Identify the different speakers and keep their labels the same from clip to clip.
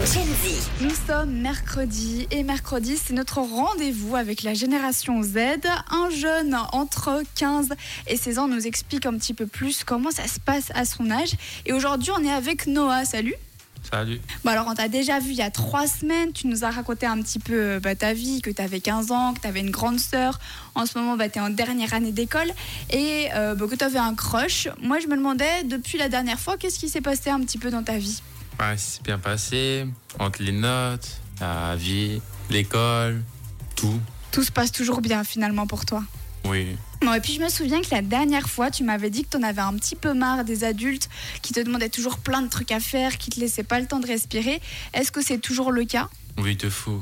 Speaker 1: Gen-Z.
Speaker 2: Nous sommes mercredi et mercredi, c'est notre rendez-vous avec la génération Z. Un jeune entre 15 et 16 ans nous explique un petit peu plus comment ça se passe à son âge. Et aujourd'hui, on est avec Noah. Salut.
Speaker 3: Salut.
Speaker 2: Bon, alors, on t'a déjà vu il y a trois semaines. Tu nous as raconté un petit peu bah, ta vie, que tu avais 15 ans, que tu avais une grande sœur. En ce moment, bah, tu es en dernière année d'école et euh, bah, que tu avais un crush. Moi, je me demandais, depuis la dernière fois, qu'est-ce qui s'est passé un petit peu dans ta vie
Speaker 3: Ouais, c'est bien passé. Entre les notes, la vie, l'école, tout.
Speaker 2: Tout se passe toujours bien finalement pour toi.
Speaker 3: Oui.
Speaker 2: Bon, et puis je me souviens que la dernière fois, tu m'avais dit que t'en avais un petit peu marre des adultes qui te demandaient toujours plein de trucs à faire, qui te laissaient pas le temps de respirer. Est-ce que c'est toujours le cas
Speaker 3: Oui, de fou.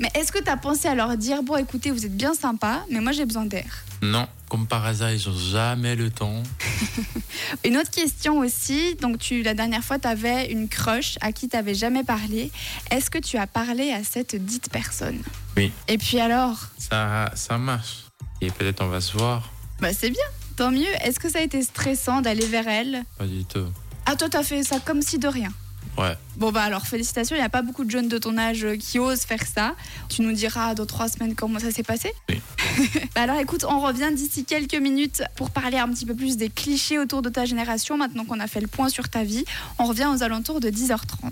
Speaker 2: Mais est-ce que t'as pensé à leur dire bon, écoutez, vous êtes bien sympa, mais moi j'ai besoin d'air
Speaker 3: non, comme par hasard, ils ont jamais le temps.
Speaker 2: Une autre question aussi. Donc, tu la dernière fois, t'avais une crush à qui t'avais jamais parlé. Est-ce que tu as parlé à cette dite personne
Speaker 3: Oui.
Speaker 2: Et puis alors
Speaker 3: Ça, ça marche. Et peut-être on va se voir.
Speaker 2: Bah, c'est bien. Tant mieux. Est-ce que ça a été stressant d'aller vers elle
Speaker 3: Pas du tout.
Speaker 2: Ah, toi, t'as fait ça comme si de rien.
Speaker 3: Ouais.
Speaker 2: Bon bah alors félicitations, il n'y a pas beaucoup de jeunes de ton âge euh, qui osent faire ça. Tu nous diras dans trois semaines comment ça s'est passé.
Speaker 3: Oui.
Speaker 2: bah alors écoute, on revient d'ici quelques minutes pour parler un petit peu plus des clichés autour de ta génération. Maintenant qu'on a fait le point sur ta vie, on revient aux alentours de 10h30.